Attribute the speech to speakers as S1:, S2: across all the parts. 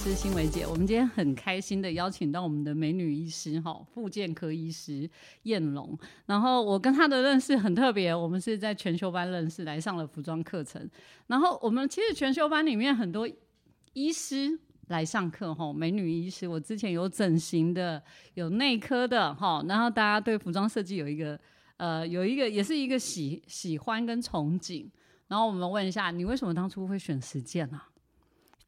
S1: 师辛维姐，我们今天很开心的邀请到我们的美女医师哈，复健科医师燕龙。然后我跟她的认识很特别，我们是在全修班认识，来上了服装课程。然后我们其实全修班里面很多医师来上课哈，美女医师，我之前有整形的，有内科的哈，然后大家对服装设计有一个呃有一个也是一个喜喜欢跟憧憬。然后我们问一下，你为什么当初会选实践啊？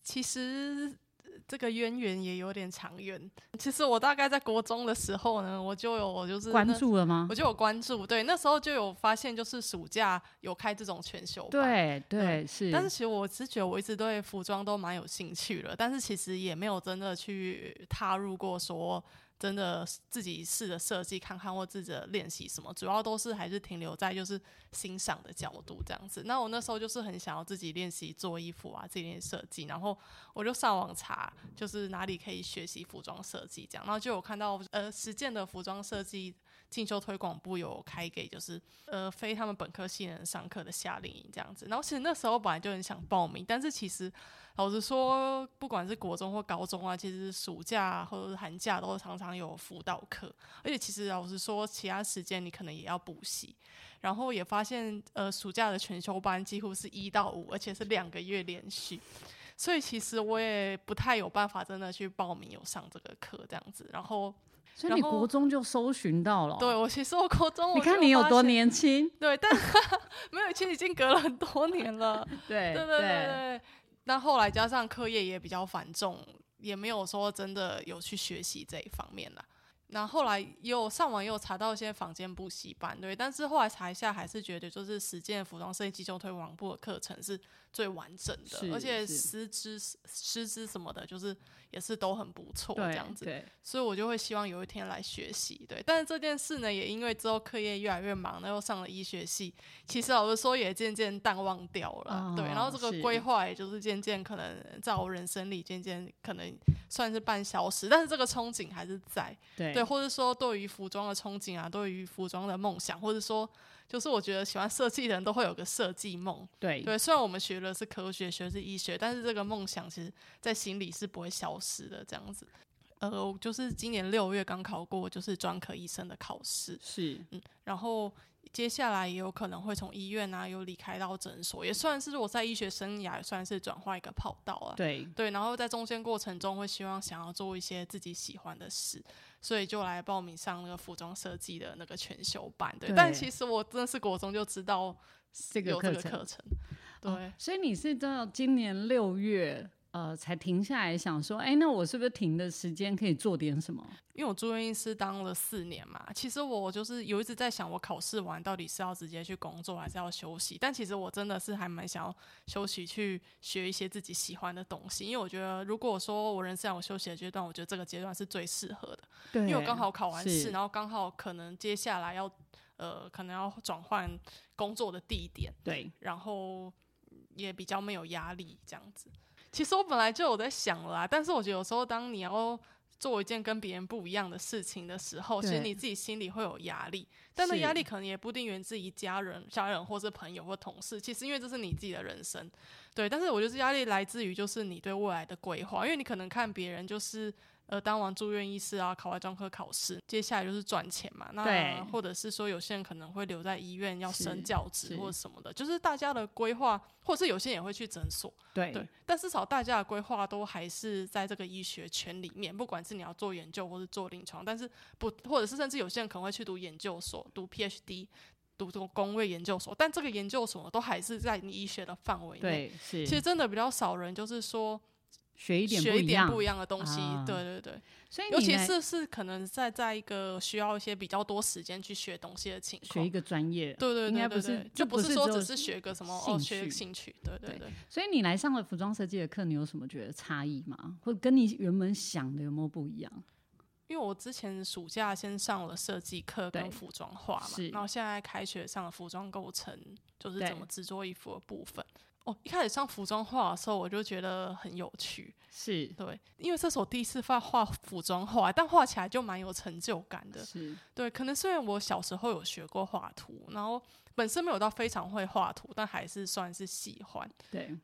S2: 其实呃这个渊源也有点长远。其实我大概在国中的时候呢，我就有我就是
S1: 关
S2: 那，
S1: 注了吗
S2: 我？就有关注，对，那时候就有发现，就是暑假有开这种全修班。
S1: 对对是，
S2: 嗯但是其实我是觉得我一直对服装都蛮有兴趣的，但是其实也没有真的去踏入过说真的自己试着设计看看或自己的练习什么，主要都是还是停留在就是欣赏的角度这样子。那我那时候就是很想要自己练习做衣服啊，自己练习设计，然后我就上网查就是哪里可以学习服装设计这样，然后就有看到呃实践的服装设计进修推广部有开给就是呃非他们本科系人上课的夏令营这样子。然后其实那时候本来就很想报名，但是其实老实说，不管是国中或高中啊，其实暑假或者是寒假都常常有辅导课，而且其实老实说，其他时间你可能也要补习。然后也发现，呃，暑假的全修班几乎是一到五，而且是两个月连续。所以其实我也不太有办法真的去报名有上这个课这样子，然后
S1: 所以你
S2: 然后
S1: 国中就搜寻到了哦，
S2: 对我其实我高中我
S1: 你
S2: 就
S1: 看你有
S2: 发
S1: 多
S2: 现
S1: 年轻，
S2: 对，但 没有，其实已经隔了很多年了。
S1: 对
S2: 对对对对。那后来加上课业也比较繁重，也没有说真的有去学习这一方面啦。那后来又上网又查到一些坊间补习班，对，但是后来查一下，还是觉得就是实践服装设计进修推广部的课程是最完整
S1: 是
S2: 的，而且
S1: 是
S2: 师资师资什么的，就是也是都很不错这样子。
S1: 对
S2: 所以我就会希望有一天来学习，对。但是这件事呢，也因为之后课业越来越忙，那又上了医学系，其实老实说也渐渐淡忘掉了，
S1: 哦
S2: 对。然后这
S1: 是
S2: 个规划也就是渐渐可能在我人生里渐渐可能算是半消失，但是这个憧憬还是在，
S1: 对
S2: 对，或者说对于服装的憧憬啊，对于服装的梦想，或者说就是我觉得喜欢设计的人都会有个设计梦，
S1: 对
S2: 对，虽然我们学的是科学，学的是医学，但是这个梦想其实在心里是不会消失的。这样子，呃，我就是今年六月刚考过就是专科医生的考试，
S1: 是，
S2: 然后接下来也有可能会从医院啊，又离开到诊所，也算是我在医学生涯算是转换一个跑道啊。
S1: 对
S2: 对，然后在中间过程中会希望想要做一些自己喜欢的事，所以就来报名上那个服装设计的那个全修班。对，但
S1: 对
S2: 其实我真的是国中就知道
S1: 这个
S2: 有
S1: 课
S2: 这个
S1: 程哦
S2: 课程，对。
S1: 所以你是到今年六月呃才停下来想说，哎，那我是不是停的时间可以做点什么？
S2: 因为我住院医师当了四年嘛，其实我就是有一直在想，我考试完到底是要直接去工作，还是要休息？但其实我真的是还蛮想要休息，去学一些自己喜欢的东西。因为我觉得，如果说我人生有休息的阶段，我觉得这个阶段是最适合的，
S1: 对，
S2: 因为我刚好考完
S1: 是
S2: 试，然后刚好可能接下来要呃，可能要转换工作的地点，
S1: 对
S2: 然后也比较没有压力这样子。其实我本来就有在想了啦，但是我觉得有时候当你要做一件跟别人不一样的事情的时候，其实
S1: 对
S2: 你自己心里会有压力，但那
S1: 是
S2: 压力可能也不一定源自于家人、家人或是朋友或同事。其实因为这是你自己的人生，对。但是我觉得压力来自于就是你对未来的规划，因为你可能看别人就是。呃，当完住院医师啊，考完专科考试，接下来就是赚钱嘛。
S1: 对
S2: 那或者是说，有些人可能会留在医院要
S1: 是
S2: 升教
S1: 是
S2: 职或者什么的，就是大家的规划，或者是有些人也会去诊所，
S1: 对
S2: 对，但至少大家的规划都还是在这个医学圈里面，不管是你要做研究或是做临床，但是不，或者是甚至有些人可能会去读研究所、读 PhD、读读工位研究所，但这个研究所都还是在你医学的范围内。
S1: 对是，
S2: 其实真的比较少人，就是说
S1: 学一点
S2: 学一点不一
S1: 样，
S2: 样的东西，
S1: 啊
S2: 对对对，
S1: 所以
S2: 尤
S1: 你
S2: 其
S1: 来
S2: 是是可能在在一个需要一些比较多时间去学东西的情
S1: 学一
S2: 况，
S1: 个专业，
S2: 对对
S1: 应该
S2: 对
S1: 不
S2: 对
S1: 是
S2: 对，
S1: 就
S2: 就
S1: 不
S2: 不
S1: 是
S2: 是说
S1: 只有
S2: 只是学个什么哦，
S1: 兴趣
S2: 学兴趣，对对
S1: 对
S2: 对。
S1: 所以你来上了服装设计的课，你有什么觉得差异吗？或者跟你原本想的有没有不一样？
S2: 因为我之前暑假先上了设计课
S1: 对
S2: 跟服装画嘛
S1: 是，
S2: 然后现在开学上了服装构成，就是
S1: 对
S2: 怎么制作衣服的部分。哦，一开始上服装画的时候，我就觉得很有趣，
S1: 是
S2: 对，因为这是我第一次画画服装画，但画起来就蛮有成就感的。
S1: 是
S2: 对，可能虽然我小时候有学过画图，然后本身没有到非常会画图，但还是算是喜欢。
S1: 对，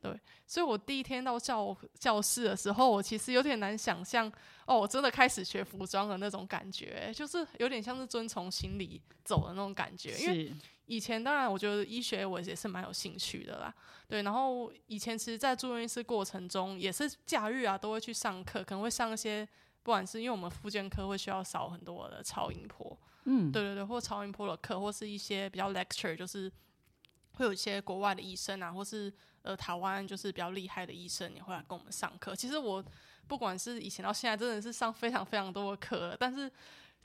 S2: 所以我第一天到教教室的时候，我其实有点难想象，哦，我真的开始学服装的那种感觉，就是有点像是遵从心理走的那种感觉。因为
S1: 是
S2: 以前当然我觉得医学我也是蛮有兴趣的啦，对。然后以前其实，在住院医师过程中，也是假日啊都会去上课，可能会上一些，不管是因为我们复健科会需要扫很多的超音波，
S1: 嗯，
S2: 对对对，或超音波的课，或是一些比较 lecture，就是会有一些国外的医生啊，或是呃台湾就是比较厉害的医生也会来跟我们上课。其实我不管是以前到现在，真的是上非常非常多的课了，但是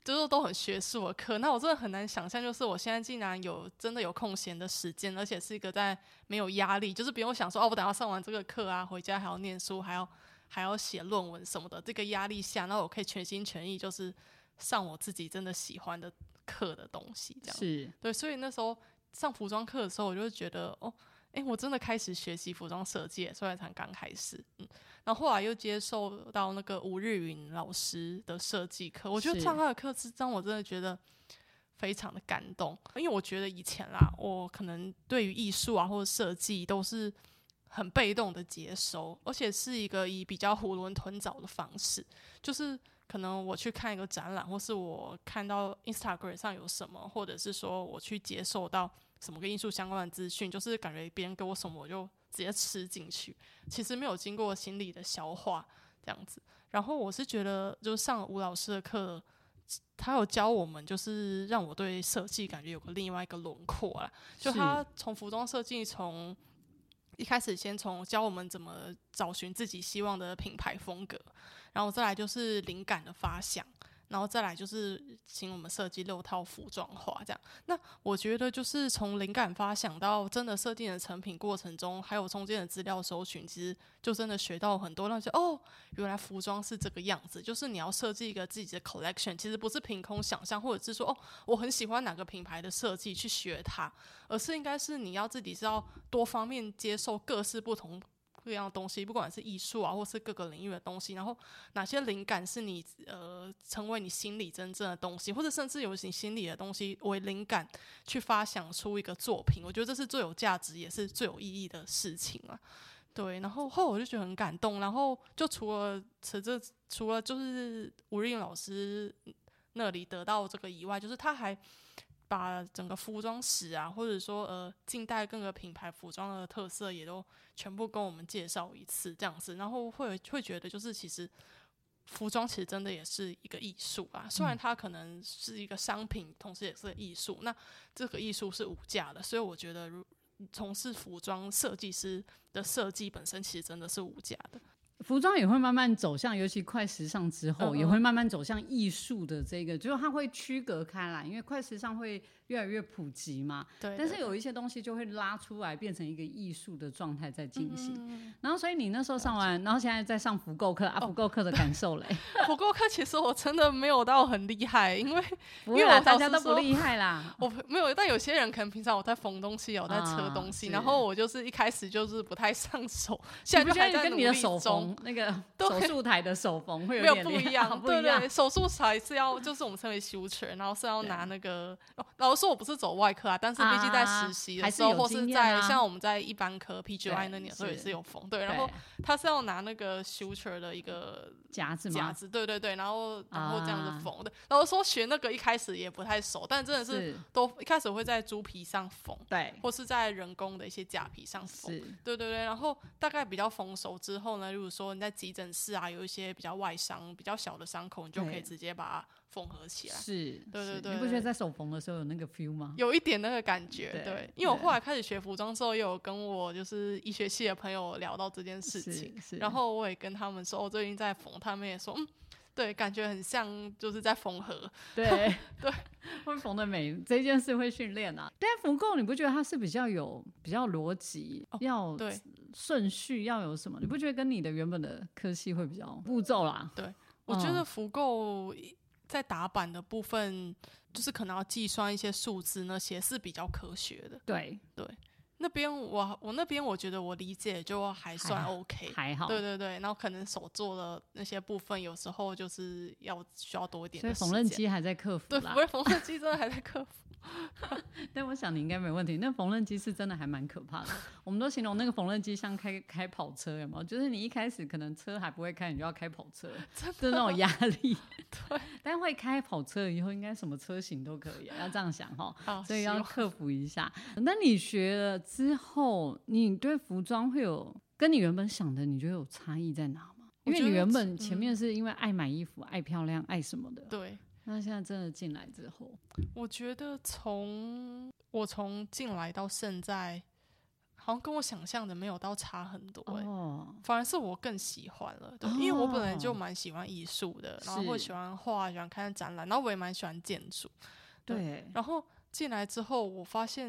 S2: 就是都很学术的课。那我真的很难想象，就是我现在竟然有真的有空闲的时间，而且是一个在没有压力，就是不用想说哦，我等下上完这个课啊，回家还要念书，还要还要写论文什么的，这个压力下，那我可以全心全意就是。上我自己真的喜欢的课的东西，这样
S1: 是
S2: 对，所以那时候上服装课的时候，我就觉得哦，诶，我真的开始学习服装设计了，虽然才刚开始，嗯，然后后来又接受到那个吴日云老师的设计课，我觉得
S1: 是
S2: 上他的课是让我真的觉得。非常的感动，因为我觉得以前啦，我可能对于艺术啊或者设计都是很被动的接收，而且是一个以比较囫囵吞枣的方式，就是可能我去看一个展览，或是我看到 Instagram 上有什么，或者是说我去接受到什么跟艺术相关的资讯，就是感觉别人给我什么，我就直接吃进去，其实没有经过心理的消化这样子。然后我是觉得，就是上了吴老师的课，他有教我们，就是让我对设计感觉有个另外一个轮廓啊。就是他从服装设计从。一开始先从教我们怎么找寻自己希望的品牌风格，然后再来就是灵感的发想，然后再来就是请我们设计六套服装画这样。那我觉得就是从灵感发想到真的设定的成品过程中，还有中间的资料搜寻，其实就真的学到很多，让觉得哦，原来服装是这个样子。就是你要设计一个自己的 collection，其实不是凭空想象，或者是说哦，我很喜欢哪个品牌的设计去学它，而是应该是你要自己是要多方面接受各式不同。各样的东西，不管是艺术啊，或是各个领域的东西，然后哪些灵感是你呃成为你心里真正的东西，或者甚至有你心里的东西为灵感去发想出一个作品，我觉得这是最有价值也是最有意义的事情啊。对，然后后来我就觉得很感动，然后就除了除这除了就是吴润老师那里得到这个以外，就是他还把整个服装史啊，或者说呃近代各个品牌服装的特色也都全部跟我们介绍一次这样子，然后会会觉得就是其实服装其实真的也是一个艺术啊，虽然它可能是一个商品，同时也是个艺术，那这个艺术是无价的，所以我觉得如从事服装设计师的设计本身其实真的是无价的，
S1: 服装也会慢慢走向，尤其快时尚之后，
S2: 嗯嗯
S1: 也会慢慢走向艺术的这个，就是它会区隔开来，因为快时尚会越来越普及嘛。
S2: 对
S1: 但是 有一些东西就会拉出来，变成一个艺术的状态在进行。
S2: 嗯哦
S1: 然后，所以你那时候上完，然后现在在上福购课啊，福购课的感受嘞？
S2: 不过课其实我真的没有到很厉害，因为
S1: 不会
S2: 因为
S1: 啦，
S2: 我
S1: 大
S2: 老
S1: 家
S2: 实
S1: 都不
S2: 说
S1: 厉害啦。
S2: 我没有，但有些人可能平常我在缝东西，有在车
S1: 啊
S2: 东西，
S1: 是
S2: 然后我就是一开始就是不太上手，
S1: 你
S2: 现
S1: 不
S2: 在就
S1: 觉
S2: 还
S1: 得
S2: 在
S1: 跟
S2: 努
S1: 你的
S2: 力
S1: 手缝，
S2: 中
S1: 那个
S2: 对
S1: 手术台的手缝会
S2: 没有
S1: 点
S2: 不
S1: 连
S2: 一 样，
S1: 不一样
S2: 对对，。手术才是要，就是我们称为修车，然后是要拿 那个。哦老实说，我不是走外科啊，但是毕竟在
S1: 啊
S2: 实习
S1: 还
S2: 的
S1: 是
S2: 时候，
S1: 有
S2: 或
S1: 经
S2: 是
S1: 验
S2: 在
S1: 啊
S2: 像我们在一般科 PGY
S1: 对
S2: 那里的时候也
S1: 是
S2: 是有缝，对，然
S1: 对
S2: 后他是要拿那个修车的一个
S1: 夹子
S2: 夹
S1: 嘛，
S2: 子，对对对，然后然后这样
S1: 啊
S2: 子缝的。然后说学那个一开始也不太熟，但真的是
S1: 是，
S2: 都一开始会在猪皮上缝，
S1: 对，
S2: 或是在人工的一些假皮上缝。
S1: 是
S2: 对对对，然后大概比较缝熟之后呢，例如说你在急诊室啊，有一些比较外伤、比较小的伤口，你就可
S1: 对
S2: 以直接把它缝合起来，
S1: 是，
S2: 对对
S1: 是
S2: 对
S1: 你不觉得
S2: 对
S1: 在手缝的时候有那个 feel 吗？
S2: 有一点那个感觉。
S1: 对
S2: 对，因为我
S1: 对
S2: 后来开始学服装之后，也有跟我就是医学系的朋友聊到这件事
S1: 是
S2: 情，
S1: 是，
S2: 然后我也跟他们说，我哦最近在缝，他们也说，嗯，对，感觉很像就是在缝合。
S1: 对
S2: 对，
S1: 会缝的美这件事会训练啊。但缝够，你不觉得它是比较有比较逻辑，要
S2: 哦对
S1: 顺序要有什么？你不觉得跟你的原本的科系会比较步骤啦？
S2: 我觉
S1: 嗯
S2: 得福购在打板的部分，就是可能要计算一些数字那些是比较科学的。
S1: 对
S2: 对，那边我我那边我觉得我理解就还算
S1: 还好
S2: OK，
S1: 还好。
S2: 对对对，然后可能手做的那些部分，有时候就是要需要多一点
S1: 所以
S2: 的
S1: 缝
S2: 时
S1: 纫
S2: 间
S1: 机还在克服
S2: 对，
S1: 啦
S2: 不，是缝纫机真的还 在克服。
S1: 但我想你应该没问题。那缝纫机是真的还蛮可怕的，我们都形容那个缝纫机像开开跑车，有没有？就是你一开始可能车还不会开，你就要开跑 车，就是那种压力。对，但会开跑车以后，应该什么车型都可以、啊，要这样想哈。
S2: 好，
S1: 所以
S2: 希
S1: 要
S2: 望
S1: 克服一下。那你学了之后，你对服装会有跟你原本想的，你觉得有差异在哪吗？
S2: 我
S1: 因为
S2: 觉
S1: 你
S2: 得
S1: 原
S2: 是
S1: 本前面是因为爱买衣服、爱漂亮、爱什么的，
S2: 对，
S1: 那现在真的进来之后，
S2: 我觉得从我从进来到现在，好像跟我想象的没有到差很多、欸，
S1: 哦，
S2: 反而是我更喜欢了，对，因为我本来就
S1: 哦
S2: 蛮喜欢艺术的，然后会
S1: 是
S2: 喜欢画，喜欢看展览，然后我也蛮喜欢建筑，对
S1: 对，
S2: 然后进来之后，我发现、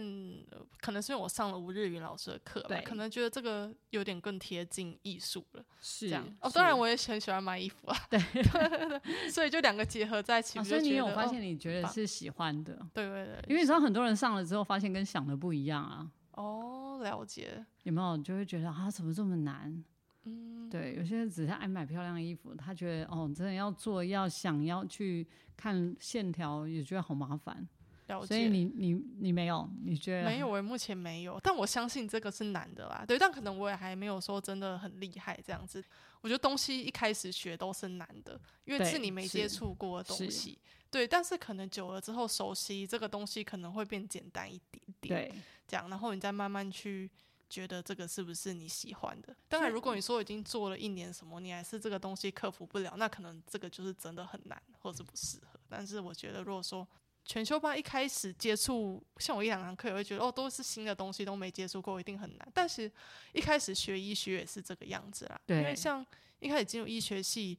S2: 呃可能是因为我上了吴日云老师的课吧
S1: 对，
S2: 可能觉得这个有点更贴近艺术了，
S1: 是
S2: 这样。哦，当
S1: 是
S2: 然我也很喜欢买衣服啊，
S1: 对
S2: 对对， 所以就两个结合在一起，
S1: 啊
S2: 我
S1: 所
S2: 就
S1: 以你
S2: 觉
S1: 有
S2: 得
S1: 发
S2: 哦
S1: 现你觉得
S2: 棒
S1: 是喜欢的，
S2: 对对对，
S1: 因为你知道很多人上了之后发现跟想的不一样啊，
S2: 哦，了解，
S1: 有没有就会觉得啊怎么这么难？
S2: 嗯，
S1: 对，有些人只是爱买漂亮衣服，他觉得哦真的要做要想要去看线条，也觉得好麻烦，
S2: 了解。
S1: 所以你你你没有，你觉得
S2: 没有诶、目前没有，但我相信这个是难的啦。对，但可能我也还没有说真的很厉害这样子。我觉得东西一开始学都是难的，因为
S1: 对
S2: 是你没接
S1: 是
S2: 触过的东
S1: 是
S2: 西。对，但是可能久了之后熟悉这个东西，可能会变简单一点点，
S1: 对
S2: 这样，然后你再慢慢去觉得这个是不是你喜欢的。当然，如果你说已经做了一年什么，你还是这个东西克服不了，那可能这个就是真的很难，或者不适合。但是我觉得，如果说全修班一开始接触，像我一两堂课也会觉得哦，都是新的东西，都没接触过，一定很难。但是一开始学医学也是这个样子啦，因
S1: 对
S2: 为像一开始进入医学系，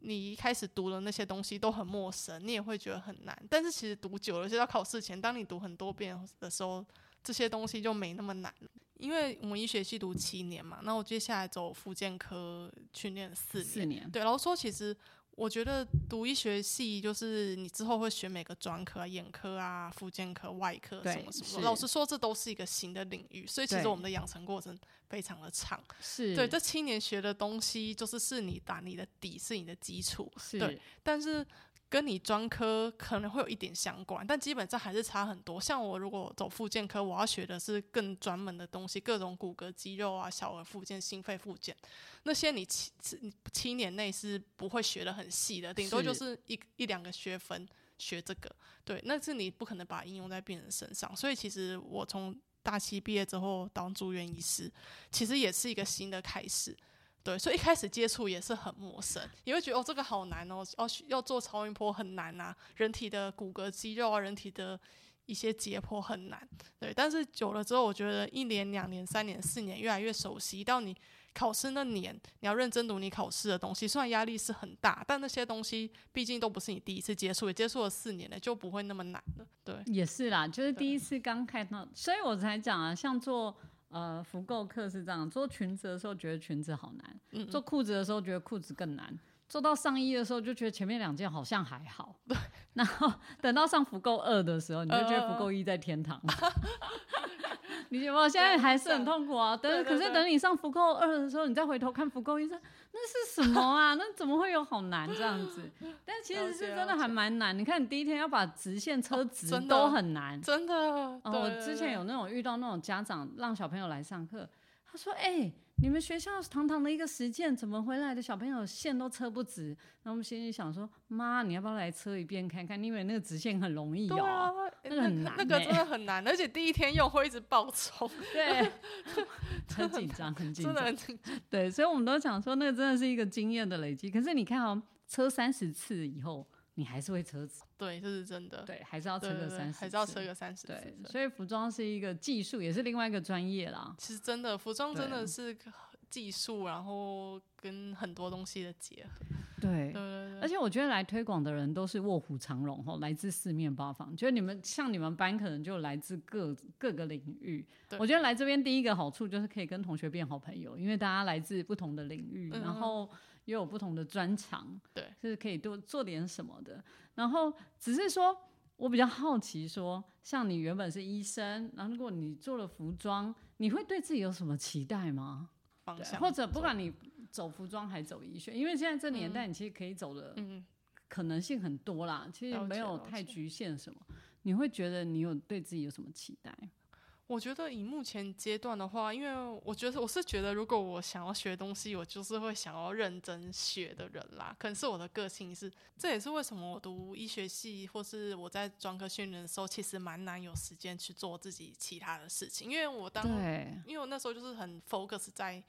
S2: 你一开始读的那些东西都很陌生，你也会觉得很难。但是其实读久了，就到考试前，当你读很多遍的时候，这些东西就没那么难了。因为我们医学系读七年嘛，那我接下来走复健科去念四年，
S1: 四年，
S2: 对，然后说其实我觉得读医学系就是你之后会学每个专科、啊，眼科啊、复健科、外科
S1: 对
S2: 什么什么。
S1: 是
S2: 老实说，这都是一个新的领域，所以其实
S1: 对
S2: 我们的养成过程非常的长。
S1: 是
S2: 对，这七年学的东西就是是你打你的底，是你的基础，
S1: 是
S2: 对但是。跟你专科可能会有一点相关，但基本上还是差很多。像我如果走复健科，我要学的是更专门的东西，各种骨骼、肌肉啊、小儿复健、心肺复健，那些你七七七年内是不会学的很细的，顶多
S1: 是
S2: 就是一一两个学分学这个。对，那是你不可能把它应用在病人身上。所以其实我从大七毕业之后当住院医师，其实也是一个新的开始。对，所以一开始接触也是很陌生，也会觉得哦，这个好难哦，哦，要做超音波很难啊，人体的骨骼、肌肉啊，人体的一些解剖很难。对，但是久了之后，我觉得一年、两年、三年、四年，越来越熟悉，到你考试那年，你要认真读你考试的东西，虽然压力是很大，但那些东西毕竟都不是你第一次接触，也接触了四年了，就不会那么难了。对，
S1: 也是啦，就是第一次刚看到，所以我才讲啊，像做呃服购课是这样，做裙子的时候觉得裙子好难，
S2: 嗯，
S1: 做裤子的时候觉得裤子更难，做到上衣的时候就觉得前面两件好像还 好，对，然后等到上服购二的时候，你就觉得服购一在天 堂。你觉得我现在还是很痛苦啊，但是
S2: 对对
S1: 可是
S2: 对
S1: 等你上福购二的时候，你再回头看福购一，说那是什么啊？ 那怎么会有好难这样子？但其实
S2: 了
S1: 是
S2: 解
S1: 真
S2: 了
S1: 的还
S2: 解
S1: 蛮难。你看你第一天要把直线车
S2: 哦
S1: 直
S2: 真的
S1: 都很难，
S2: 嗯真的。
S1: 哦，
S2: 对
S1: 我之前，有那种遇到那种家长让小朋友来上课，他说：“哎、你们学校堂堂的一个实践，怎么回来的小朋友线都车不直？”然后我们心里想说：“妈，你要不要来车一遍看看？你以为那个直线很容易
S2: 对对对
S1: 哦、
S2: 啊，诶
S1: 那个很
S2: 那
S1: 难
S2: 那个
S1: 欸
S2: 真的很难，而且第一天用会一直爆冲，
S1: 对，很紧张，很紧
S2: 真的
S1: 张。
S2: 很 紧张。
S1: 对，所以我们都讲说，那个真的是一个经验的累积。可是你看哦，车三十次以后，你还是会车直，
S2: 对，这是真的。
S1: 对，还是要车
S2: 呃对
S1: 个
S2: 对对，
S1: 三十，
S2: 还是要车。个三十
S1: 对，
S2: 次。
S1: 所以服装是一个技术，也是另外一个专业啦。
S2: 其实真的，服装真
S1: 对
S2: 的是个技术，然后跟很多东西的结合。
S1: 对
S2: 对对
S1: 而
S2: 对，
S1: 且我觉得来推广的人都是卧虎藏龙吼，来自四面八方。就是你们像你们班，可能就来自各各个领域。
S2: 对
S1: 我觉得来这边第一个好处就是可以跟同学变好朋友，因为大家来自不同的领域，
S2: 嗯
S1: 然后又有不同的专长，
S2: 对，
S1: 就是可以多做点什么的。然后只是说，我比较好奇说，像你原本是医生，然后如果你做了服装，你会对自己有什么期待吗？
S2: 方
S1: 对
S2: 向，
S1: 或者不管你走服装还走医学，因为现在这年代，你其实可以走的
S2: 嗯，
S1: 可能性很多啦，其实
S2: 了
S1: 没
S2: 解
S1: 有
S2: 了
S1: 太
S2: 解
S1: 局限什么。你会觉得你有对自己有什么期待？
S2: 我觉得以目前阶段的话，因为我觉得我是觉得，如果我想要学东西，我就是会想要认真学的人啦。可能是我的个性是，这也是为什么我读医学系或是我在专科训练的时候，其实蛮难有时间去做自己其他的事情，因为我当
S1: 对，
S2: 因为我那时候就是很 focus 在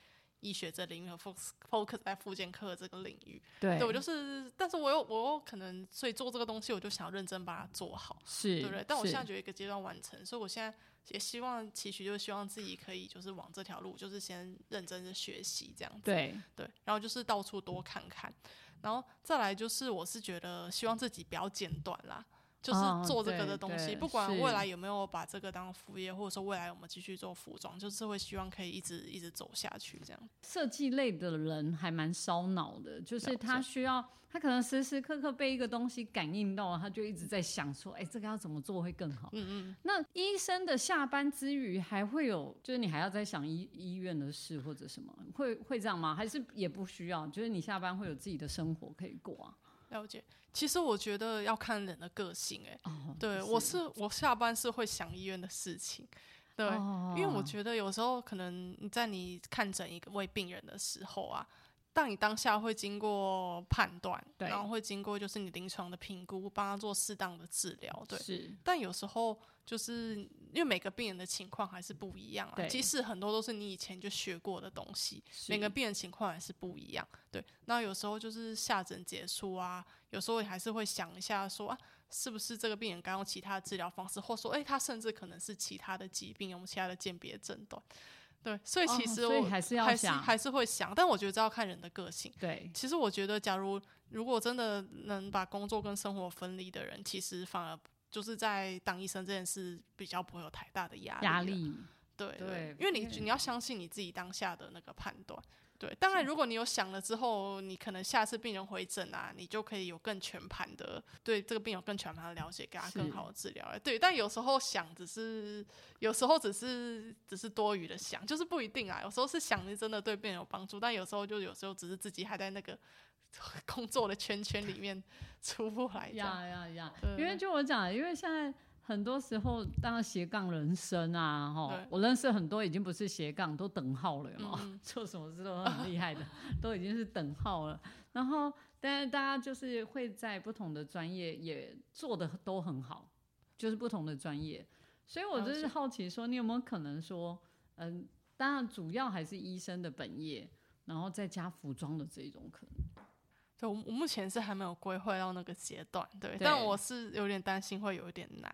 S2: 医学这领域和 focus focus 在复健科这个领域。
S1: 对，
S2: 对我就是，但是我又我又可能，所以做这个东西，我就想认真把它做好。
S1: 是，
S2: 对不对？但我
S1: 是
S2: 现在觉得一个阶段完成，所以我现在也希望期许，就是希望自己可以就是往这条路，就是先认真的学习这样子。
S1: 对，
S2: 对，然后就是到处多看看，然后再来就是我是觉得希望自己不要间断啦。就是
S1: 哦
S2: 做这个
S1: 对
S2: 的东西，
S1: 对
S2: 不管未
S1: 是
S2: 来有没有把这个当副业，或者说未来我们继续做服装，就是会希望可以一直一直走下去这样。
S1: 设计类的人还蛮烧脑的，就是
S2: 了
S1: 他
S2: 解
S1: 需要，他可能时时刻刻被一个东西感应到，他就一直在想说，哎、这个要怎么做会更好。
S2: 嗯嗯，
S1: 那医生的下班之余还会有，就是你还要在想医医院的事或者什么，会会这样吗？还是也不需要？就是你下班会有自己的生活可以过啊？
S2: 了解。其实我觉得要看人的个性、欸，
S1: 哦，
S2: 对我是我下班是会想医院的事情，对，
S1: 哦
S2: 因为我觉得有时候可能你在你看诊一位病人的时候啊，当你当下会经过判断，
S1: 对
S2: 然后会经过就是你临床的评估，帮他做适当的治疗，对。
S1: 是
S2: 但有时候就是因为每个病人的情况还是不一样啊，
S1: 对
S2: 即使很多都是你以前就学过的东西，
S1: 是
S2: 每个病人情况还是不一样。对，那有时候就是下诊结束啊，有时候也还是会想一下说啊，是不是这个病人该用其他治疗方式，或说诶，他甚至可能是其他的疾病，有没有其他的鉴别诊断？对，所以其
S1: 哦
S2: 实
S1: 所以
S2: 我、
S1: 还是要
S2: 还是
S1: 想
S2: 还是会想，但我觉得这要看人的个性。
S1: 对
S2: 其实我觉得，假如如果真的能把工作跟生活分离的人，其实反而就是在当医生这件事比较不会有太大的压力。
S1: 压，力
S2: 对
S1: 对
S2: 因为你
S1: 对
S2: 你要相信你自己当下的那个判断。对，当然，如果你有想了之后，你可能下次病人回诊啊，你就可以有更全盘的对这个病有更全盘的了解，给他更
S1: 是
S2: 好的治疗。对，但有时候想只是，有时候只是只是多余的想，就是不一定啊。有时候是想是真的对病人有帮助，但有时候就有时候只是自己还在那个 工作的圈圈里面 出不来这样。
S1: 呀呀呀！
S2: 啊对
S1: 因为就我讲，因为现在很多时候，当然斜杠人生啊，哈
S2: 对，
S1: 我认识很多已经不是斜杠，都等号了嘛，
S2: 嗯
S1: 做什么事都很厉害的， 都已经是等号了。然后，但是大家就是会在不同的专业也做的都很好，就是不同的专业。所以我
S2: 了
S1: 就是
S2: 解
S1: 好奇说，你有没有可能说，嗯，当然主要还是医生的本业，然后再加服装的这一种可能。
S2: 对，我我目前是还没有规划到那个阶段，对，
S1: 对
S2: 但我是有点担心会有一点难。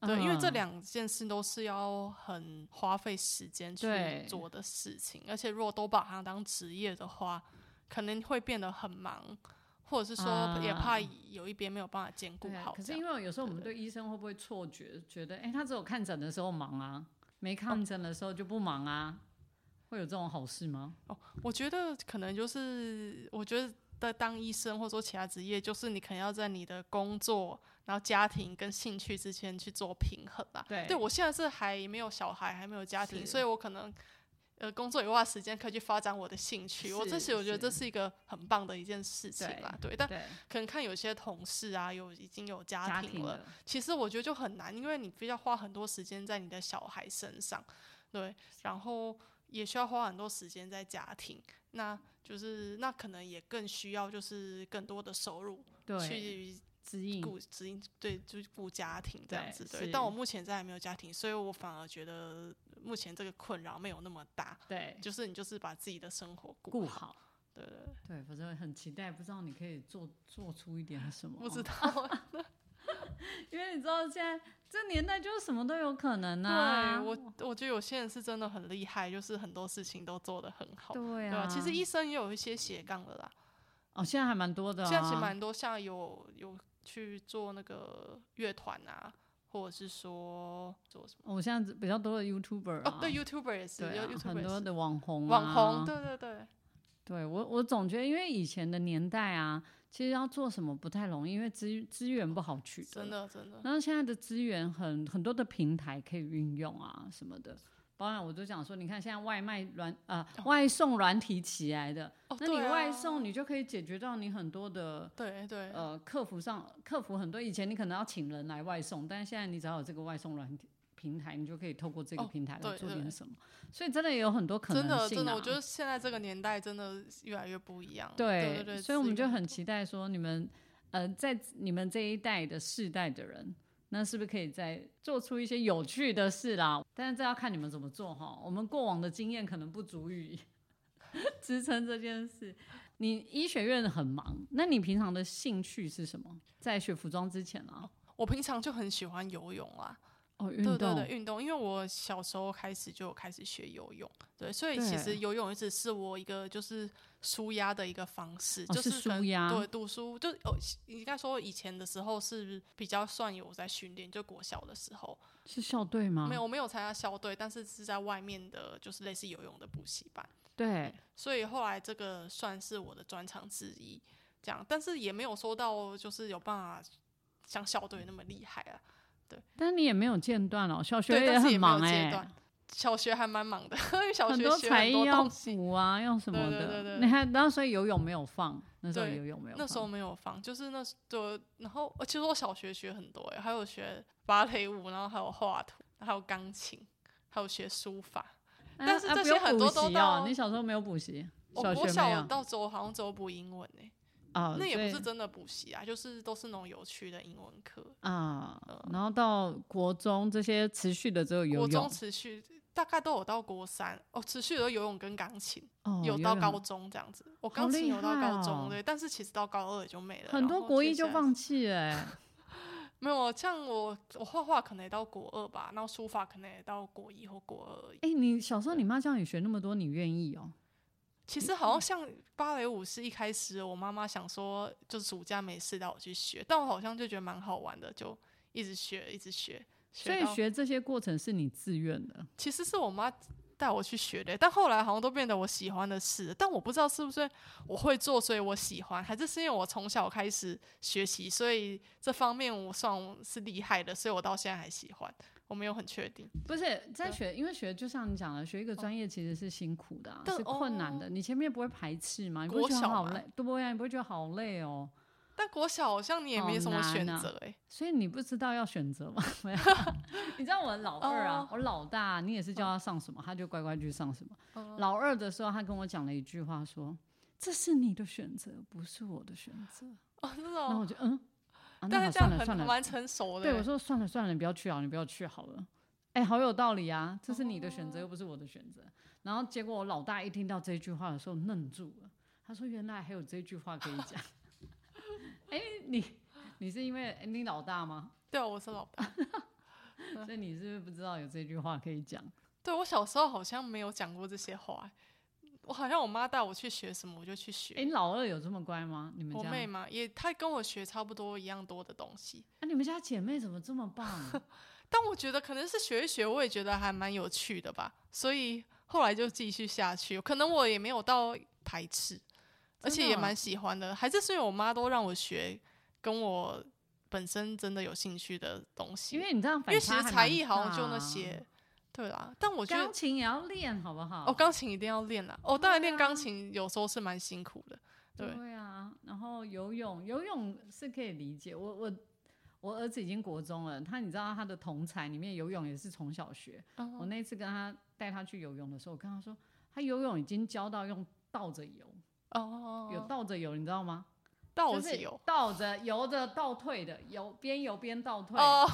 S1: 嗯
S2: 对，因为这两件事都是要很花费时间去
S1: 对
S2: 做的事情，而且如果都把它当职业的话，可能会变得很忙，或者是说也怕有一边没有办法兼顾
S1: 啊对啊
S2: 好
S1: 可
S2: 这
S1: 是因
S2: 样。
S1: 为有时候我们对医生会不会错觉，觉得哎、诶他只有看诊的时候忙
S2: 哦
S1: 啊，没看诊的时候就不忙啊？会有这种好事吗？
S2: 我觉得可能就是，我觉得在当医生或者说其他职业，就是你可能要在你的工作、然后家庭跟兴趣之间去做平衡啦。
S1: 对
S2: 对我现在是还没有小孩，还没有家庭，
S1: 是
S2: 所以我可能呃工作以外的时间可以去发展我的兴趣。我这
S1: 是
S2: 是我觉得这
S1: 是
S2: 是一个很棒的一件事情啦，对。但
S1: 对，
S2: 可能看有些同事啊，有已经有
S1: 家
S2: 家
S1: 庭
S2: 庭了，
S1: 的
S2: 其实我觉得就很难，因为你必须要花很多时间在你的小孩身上，对，然后也需要花很多时间在家庭，那就是那可能也更需要就是更多的收入
S1: 对
S2: 去
S1: 指引
S2: 顾指引对，就是顾家庭这样
S1: 对
S2: 子。
S1: 是
S2: 对，但我目前在还没有家庭，所以我反而觉得目前这个困扰没有那么大，
S1: 对
S2: 就是你就是把自己的生活顾
S1: 顾
S2: 好。
S1: 好。
S2: 对对对，
S1: 对，反正很期待，不知道你可以做做出一点什么。
S2: 不知道。
S1: 因为你知道现在这年代就是什么都有可能啊。
S2: 对我，我觉得有些人是真的很厉害，就是很多事情都做得很好。
S1: 对
S2: 对
S1: 啊，
S2: 吧？其实医生也有一些斜杠的啦，
S1: 哦，现在还蛮多的、啊，
S2: 现在其实蛮多，像有有去做那个乐团啊，或者是说做什么？哦
S1: 我现在比较多的 YouTuber 啊，
S2: 哦，对，YouTuber 也是，
S1: 对啊
S2: 有 YouTuber
S1: 很
S2: 也
S1: 多
S2: 是
S1: 的网红、啊，
S2: 网红，对对对，
S1: 对我，我总觉得，因为以前的年代啊，其实要做什么不太容易，因为资资源不好取得。
S2: 真。的真的，
S1: 然后现在的资源很很多的平台可以运用啊什么的，包含我就讲说，你看现在外卖软啊、外送软体起来的，
S2: 哦
S1: 那你
S2: 对啊
S1: 外送你就可以解决到你很多的
S2: 对对，
S1: 呃客服上客服很多，以前你可能要请人来外送，但是现在你只要有这个外送软体平台，你就可以透过这个
S2: 哦
S1: 平台来
S2: 对
S1: 做
S2: 对
S1: 点什么。所以真的也有很多可能
S2: 真
S1: 性、啊、
S2: 的真的，我觉得现在这个年代真的越来越不一样。对
S1: 对
S2: 对，
S1: 所以我们
S2: 资
S1: 就
S2: 源
S1: 很期待说你们呃，在你们这一代的世代的人，那是不是可以再做出一些有趣的事啦？但是这要看你们怎么做哈。我们过往的经验可能不足以 支撑这件事。你医学院很忙，那你平常的兴趣是什么？在学服装之前啊，
S2: 我平常就很喜欢游泳啊啦，
S1: 哦，运
S2: 对
S1: 动，
S2: 对对，运动，因为我小时候开始就有开始学游泳，对，所以其
S1: 对
S2: 实游泳一直是我一个就是舒压的一个方式，
S1: 哦
S2: 就是可能
S1: 舒压
S2: 对，读书就哦，应该说以前的时候是比较算有在训练，就国小的时候，
S1: 是校队吗？
S2: 没有，我没有参加校队，但是是在外面的，就是类似游泳的补习班，
S1: 对，
S2: 所以后来这个算是我的专长之一，这样，但是也没有说到就是有办法像校队那么厉害啊，
S1: 但你也没有间断哦，小学
S2: 对，但是
S1: 很
S2: 也没有
S1: 忙
S2: 阶
S1: 哎、
S2: 段。小学还蛮忙的， 因为小
S1: 很
S2: 哦学
S1: 多
S2: 学
S1: 才艺要
S2: 东西。
S1: 补啊，要什么的。
S2: 对对对对
S1: 你看，然后所以游泳没有放，那时候
S2: 对
S1: 游泳没有放。
S2: 那时候没有放，就是那时就然后，呃其实我小学学很多、欸，还有学芭蕾舞，然后还有画图，还有钢琴，还有学书法。
S1: 哎呀，
S2: 但是
S1: 啊
S2: 这
S1: 不
S2: 些
S1: 用
S2: 很
S1: 补
S2: 多
S1: 习
S2: 都
S1: 哦
S2: 到
S1: 你小时候没有补习，
S2: 我
S1: 小
S2: 国
S1: 学没有
S2: 小到走好像走补英文呢、欸
S1: 啊，
S2: 那也
S1: 所以
S2: 不是真的补习啊，就是都是那种有趣的英文课。
S1: 啊
S2: 呃。
S1: 然后到国中这些持续的只有游
S2: 国中
S1: 泳，
S2: 持续大概都有到国三哦，持续的游泳跟钢琴，
S1: 哦
S2: 有到。
S1: 游
S2: 高
S1: 泳
S2: 中这样子。我
S1: 好
S2: 钢琴
S1: 厉
S2: 有到
S1: 害
S2: 高
S1: 哦
S2: 中对，但是其实到高二也就没了。
S1: 很
S2: 然
S1: 多
S2: 后
S1: 国
S2: 接
S1: 一就
S2: 下来
S1: 放弃哎、
S2: 没有，像我我画画可能也到国二吧，然后书法可能也到国一或国二而已。
S1: 哎、你小时候你妈叫你学那么多，你愿意哦、
S2: 其实好像像芭蕾舞是一开始我妈妈想说，就是暑假没事带我去学，但我好像就觉得蛮好玩的，就一直学一直学。
S1: 所以
S2: 到
S1: 学这些过程是你自愿的，
S2: 其实是我妈带我去学的，但后来好像都变得我喜欢的事。但我不知道是不是我会做，所以我喜欢，还是是因为我从小开始学习，所以这方面我算是厉害的，所以我到现在还喜欢。我没有很确定。
S1: 不是在
S2: 对啊哦
S1: 学，因为学就像你讲的，学一个专业其实是辛苦的、啊，
S2: 但
S1: 是困难的。你前面不会排斥吗？你不会
S2: 哦国
S1: 觉得
S2: 小
S1: 好
S2: 嘛
S1: 累？对不对啊？你不会觉得好累哦？
S2: 但国小好像你也没什么
S1: 好
S2: 选
S1: 难啊
S2: 择 哎、
S1: 所以你不知道要选择吗？ 没有你知道我的老二啊
S2: 哦
S1: 我老大，你也是叫他上什么，他就乖乖去上什么。
S2: 哦
S1: 老二的时候，他跟我讲了一句话说，这是你的选择，不是我的选择。
S2: 哦，真的
S1: 然后
S2: 哦。
S1: 我就嗯，啊、那
S2: 但
S1: 好
S2: 是这样
S1: 算了
S2: 很
S1: 算了，
S2: 蛮成熟的欸、
S1: 对我说算了算了，你不要去啊，你不要去好了。哎、好有道理啊，这是你的选择，又
S2: 哦
S1: 不是我的选择。然后结果我老大一听到这句话的时候愣住了，他说原来还有这句话可以讲。 哎、你你是因为、哎你老大吗？
S2: 对，啊我是老大。
S1: 所以你是不是不知道有这句话可以讲？
S2: 对我小时候好像没有讲过这些话欸、我好像我妈带我去学什么我就去学。
S1: 哎、你老二有这么乖吗？你们
S2: 我
S1: 家？
S2: 妹嘛，也她跟我学差不多一样多的东西，
S1: 啊，你们家姐妹怎么这么棒？啊
S2: 但我觉得可能是学一学，我也觉得还蛮有趣的吧，所以后来就继续下去。可能我也没有到排斥， 而且也
S1: 哦
S2: 蛮喜欢的，还是是因为我妈都让我学跟我本身真的有兴趣的东西，
S1: 因为你这样
S2: 因
S1: 反
S2: 为其
S1: 差还
S2: 实
S1: 蛮大啊，
S2: 才艺好像就那些，对啦。但我觉得
S1: 钢琴也要练好不好？啊
S2: 哦，钢琴一定要练啦。哦，当然练钢琴有时候是蛮辛苦的，对
S1: 对啊，然后游泳，游泳是可以理解。我我我儿子已经国中了，他你知道他的同才里面游泳也是从小学。
S2: 嗯
S1: 我那次跟他带他去游泳的时候，我跟他说，他游泳已经教到用倒着游，
S2: 哦，
S1: 有倒着游，你知道吗？
S2: 倒
S1: 就
S2: 着
S1: 是
S2: 游。
S1: 倒着游着倒退的，游边游边倒退。
S2: 哦，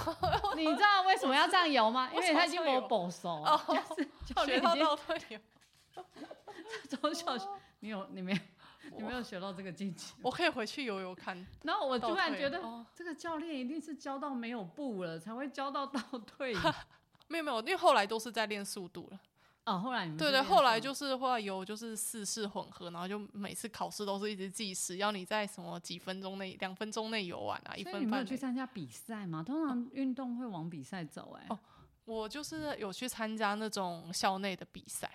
S1: 你知道为什么要这样游吗？因
S2: 我
S1: 为他已经
S2: 小时候
S1: 没
S2: 有
S1: 保手，
S2: 哦
S1: 就是教
S2: 学
S1: 练
S2: 到
S1: 已
S2: 倒退 游，
S1: 经从小
S2: 哦
S1: 学，你有你没有你没有学到这个境界。
S2: 我可以回去游游看。
S1: 然后我突
S2: 倒
S1: 然
S2: 退
S1: 觉得
S2: 哦
S1: 这个教练一定是教到没有步了，才会教到倒退。
S2: 没有没有，因为后来都是在练速度了。
S1: 哦，后来你们
S2: 对
S1: 是
S2: 对，
S1: 练
S2: 后来
S1: 什么
S2: 就是后来有就是四式混合，然后就每次考试都是一直计时，要你在什么几分钟内、两分钟内游完啊，一
S1: 所以你
S2: 分
S1: 没有
S2: 半内哦
S1: 去。参加比赛吗？通常运动会往比赛走、哎、
S2: 哦我就是有去参加那种校内的比赛，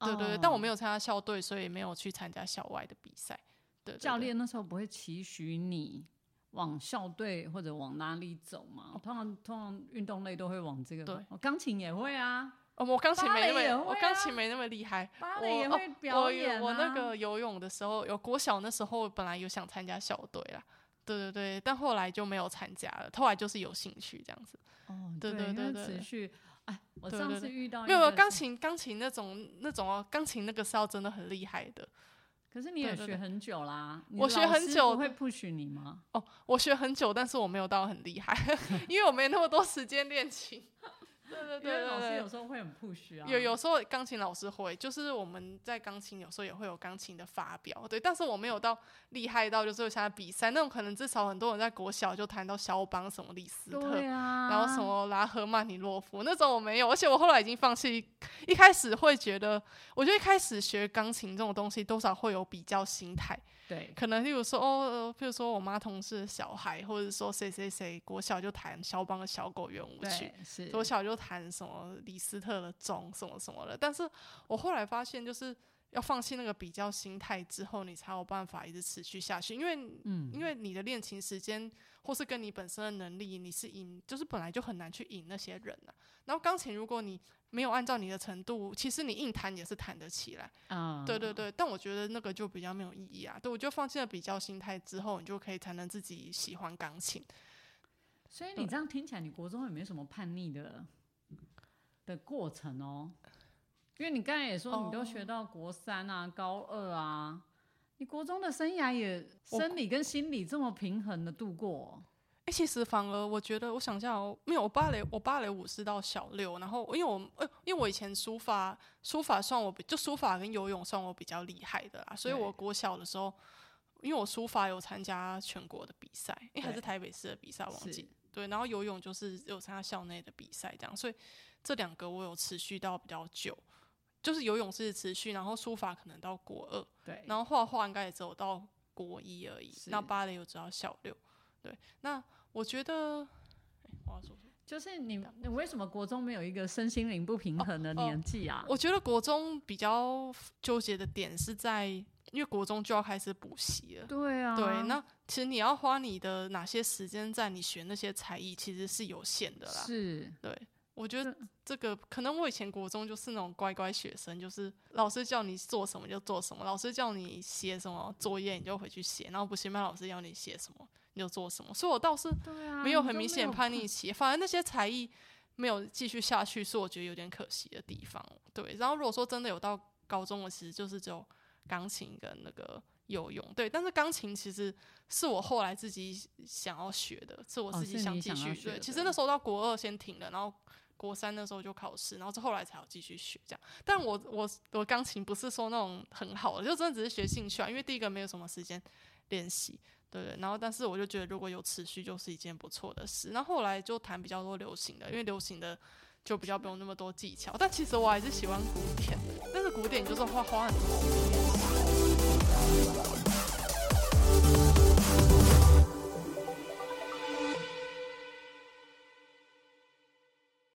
S2: 对对对，但我没
S1: 有
S2: 有参加校队，所以没有去参加校外的比赛。对对
S1: 教
S2: 对
S1: 练那时候不会期许你往校队或者往哪里走嘛？通常通常运动类都会往这个，
S2: 哦对
S1: 哦，钢琴也会啊，
S2: 哦，我钢琴没那
S1: 芭蕾也
S2: 么，
S1: 会
S2: 我
S1: 啊
S2: 钢琴没那么厉害。
S1: 芭
S2: 我
S1: 蕾也
S2: 哦
S1: 会表演、啊
S2: 我有我那个游泳的时候，有国小那时候本来有想参加校队啦，对对对，但后来就没有参加了。后来就是有兴趣这样子，
S1: 哦，
S2: 对对
S1: 因为
S2: 对对
S1: 持续。哎，我
S2: 对
S1: 上
S2: 对
S1: 次
S2: 对
S1: 遇到
S2: 没有
S1: 一
S2: 没
S1: 个
S2: 有钢
S1: 是，
S2: 琴钢琴那种那种哦，钢琴那个是要真的很厉害的
S1: 可是你也
S2: 对
S1: 学
S2: 对对
S1: 很久啦。你
S2: 我
S1: 的
S2: 学
S1: 老
S2: 很
S1: 师不
S2: 久
S1: 会 push 你吗？
S2: 哦。我学很久，但是我没有到很厉害， 因为我没那么多时间练琴。 对对对
S1: 因为
S2: 对
S1: 老师
S2: 对
S1: 有时候会很 push 啊。
S2: 有有时候钢琴老师会，就是我们在钢琴有时候也会有钢琴的发表，对，但是我没有到厉害到就是参加比赛那种，可能至少很多人在国小就弹到肖邦什么李斯特，
S1: 对啊，
S2: 然后什么拉赫曼尼洛夫那种我没有，而且我后来已经放弃。一开始会觉得，我觉得一开始学钢琴这种东西多少会有比较心态，
S1: 对
S2: 可能例如说哦，譬如说我妈同事的小孩，或者说谁谁谁国小就弹肖邦的小狗圆舞曲，
S1: 对是
S2: 我小就弹什么李斯特的钟什么什么的，但是我后来发现，就是要放弃那个比较心态之后，你才有办法一直持续下去，因为
S1: 嗯
S2: 因为你的练琴时间或是跟你本身的能力，你是赢，就是本来就很难去赢那些人啊。然后钢琴，如果你没有按照你的程度，其实你硬弹也是弹得起来，
S1: 啊，
S2: 对对对。但我觉得那个就比较没有意义啊。对，我就放弃了比较心态之后，你就可以才能自己喜欢钢琴。
S1: 所以你
S2: 对
S1: 这样听起来，你国中也没什么叛逆的的过程哦，因为你刚才也说
S2: 哦
S1: 你都学到国三啊、高二啊，你国中的生涯也
S2: 我
S1: 生理跟心理这么平衡的度过哦、
S2: 哎、其实反而我觉得，我想一下哦，没有，我芭蕾，我芭蕾舞是到小六，然后因为我，呃，因为我以前书法，书法算我比就书法跟游泳算我比较厉害的啦，所以
S1: 对
S2: 我国小的时候，因为我书法有参加全国的比赛，哎、还是
S1: 对
S2: 台北市的比赛，忘
S1: 是
S2: 记，对，然后游泳就是有参加校内的比赛这样，所以这两个我有持续到比较久，就是游泳是持续，然后书法可能到国二，
S1: 对，
S2: 然后画画应该也只有到国一而已，
S1: 是
S2: 那芭蕾有只到小六。对，那我觉得，哎我要说什么，
S1: 就是你你为什么国中没有一个身心灵不平衡的
S2: 哦
S1: 年纪啊？
S2: 我觉得国中比较纠结的点是在，因为国中就要开始补习了。
S1: 对啊，
S2: 对，那其实你要花你的哪些时间在你学那些才艺，其实是有限的啦。
S1: 是
S2: 对，我觉得
S1: 嗯
S2: 这个可能我以前国中就是那种乖乖学生，就是老师叫你做什么就做什么，老师叫你写什么作业你就回去写，然后补习班老师要你写什么你就做什么，所以我倒是
S1: 对啊，
S2: 没有
S1: 你
S2: 很
S1: 都
S2: 明
S1: 没
S2: 显
S1: 有
S2: 叛逆期，反而那些才艺没有继续下去，是我觉得有点可惜的地方。哦对，然后如果说真的有到高中，我其实就是只有钢琴跟那个游泳。对，但是钢琴其实是我后来自己想要学的，是我
S1: 哦
S2: 自己
S1: 是
S2: 想
S1: 你
S2: 继
S1: 想
S2: 续。
S1: 要学
S2: 对，其
S1: 的
S2: 实那时候到国二先停了，然后。国三那时候就考试，然后是后来才有继续学这样。但我我我钢琴不是说那种很好的，就真的只是学兴趣啊。因为第一个没有什么时间练习，对对，然后但是我就觉得如果有持续，就是一件不错的事。那后来就弹比较多流行的，因为流行的就比较不用那么多技巧。但其实我还是喜欢古典，但是古典就是花花很多时间。